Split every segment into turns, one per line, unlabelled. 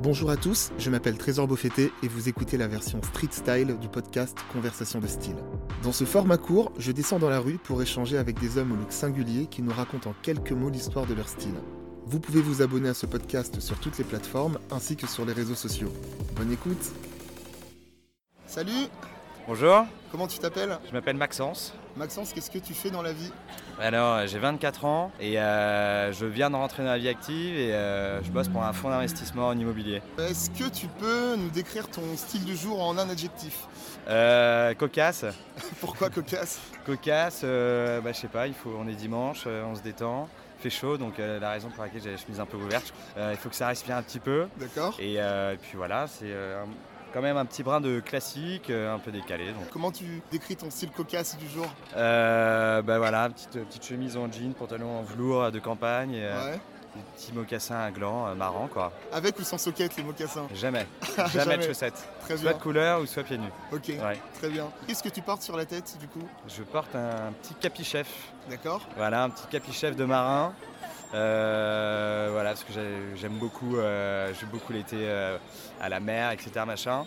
Bonjour à tous, je m'appelle Trésor Beaufetté et vous écoutez la version street style du podcast Conversation de style. Dans ce format court, je descends dans la rue pour échanger avec des hommes au look singulier qui nous racontent en quelques mots l'histoire de leur style. Vous pouvez vous abonner à ce podcast sur toutes les plateformes ainsi que sur les réseaux sociaux. Bonne écoute Salut
Bonjour,
Comment tu t'appelles
je m'appelle Maxence.
Maxence, qu'est-ce que tu fais dans la vie
Alors, euh, j'ai 24 ans et euh, je viens de rentrer dans la vie active et euh, je bosse pour un fonds d'investissement en immobilier.
Est-ce que tu peux nous décrire ton style du jour en un adjectif
Euh, cocasse,
Pourquoi cocasse
cocasse, euh, bah, je sais pas, il faut, on est dimanche, euh, on se détend, fait chaud, donc euh, la raison pour laquelle j'ai la chemise un peu ouverte, euh, il faut que ça respire un petit peu.
D'accord
Et, euh, et puis voilà, c'est euh, un- quand même un petit brin de classique, euh, un peu décalé. Donc.
Comment tu décris ton style cocasse du jour
Euh, bah voilà, petite, petite chemise en jean, pantalon en velours euh, de campagne, et, euh,
Ouais.
des petits mocassins à gland, euh, marrant quoi.
Avec ou sans socket les mocassins
Jamais.
Jamais.
Jamais de chaussettes.
Très
Soit
bien.
de couleur ou soit pieds nus.
Ok,
Ouais.
très bien. Qu'est-ce que tu portes sur la tête du coup
Je porte un petit capichef.
D'accord
Voilà, un petit capichef de marin. Euh, voilà, parce que j'ai- j'aime beaucoup, euh, j'aime beaucoup l'été euh, à la mer, etc. Machin.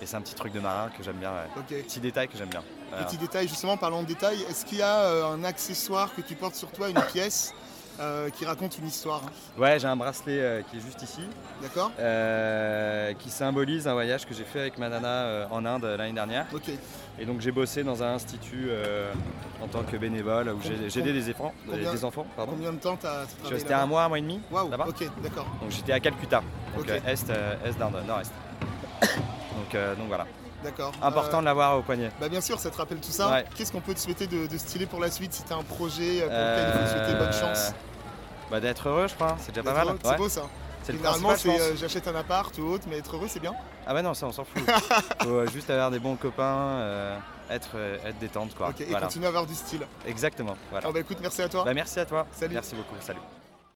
Et c'est un petit truc de marin que j'aime bien. ouais.
Ok.
Petit détail que j'aime bien. Voilà.
Petit détail, justement, parlant de détail, est-ce qu'il y a euh, un accessoire que tu portes sur toi, une pièce euh, qui raconte une histoire
Ouais, j'ai un bracelet euh, qui est juste ici,
D'accord
euh, qui symbolise un voyage que j'ai fait avec ma nana euh, en Inde euh, l'année dernière.
Ok.
Et donc j'ai bossé dans un institut euh, en tant que bénévole où j'ai j'ai aidé des enfants,
Combien-
des enfants pardon.
Combien de temps t'as
Je suis
travaillé
resté un
là-bas
mois, un mois et demi. là-bas.
Waouh, ok, d'accord.
Donc j'étais à Calcutta, donc
Ok.
euh, est, euh, est d'Inde, nord-est. Donc, euh, donc voilà,
D'accord.
important
Euh,
de l'avoir au poignet.
bah bien sûr, ça te rappelle tout ça.
Ouais.
Qu'est-ce qu'on peut te souhaiter de, de stylé pour la suite Si t'as un projet euh, pour lequel il faut te souhaiter bonne chance.
Euh, Bah d'être heureux je crois, c'est déjà pas
D'être
mal.
heureux, C'est
Ouais,
beau ça.
c'est le
Généralement,
principal je pense.
c'est, euh, j'achète un appart ou autre, mais être heureux, c'est bien.
Ah bah non ça on s'en fout. Faut euh, juste avoir des bons copains, euh, être, euh, être détente quoi.
Ok, et
voilà.
continuer à avoir du style.
Exactement. Voilà.
Alors bah écoute, merci à toi.
Bah merci à toi.
Salut.
Merci beaucoup. Salut.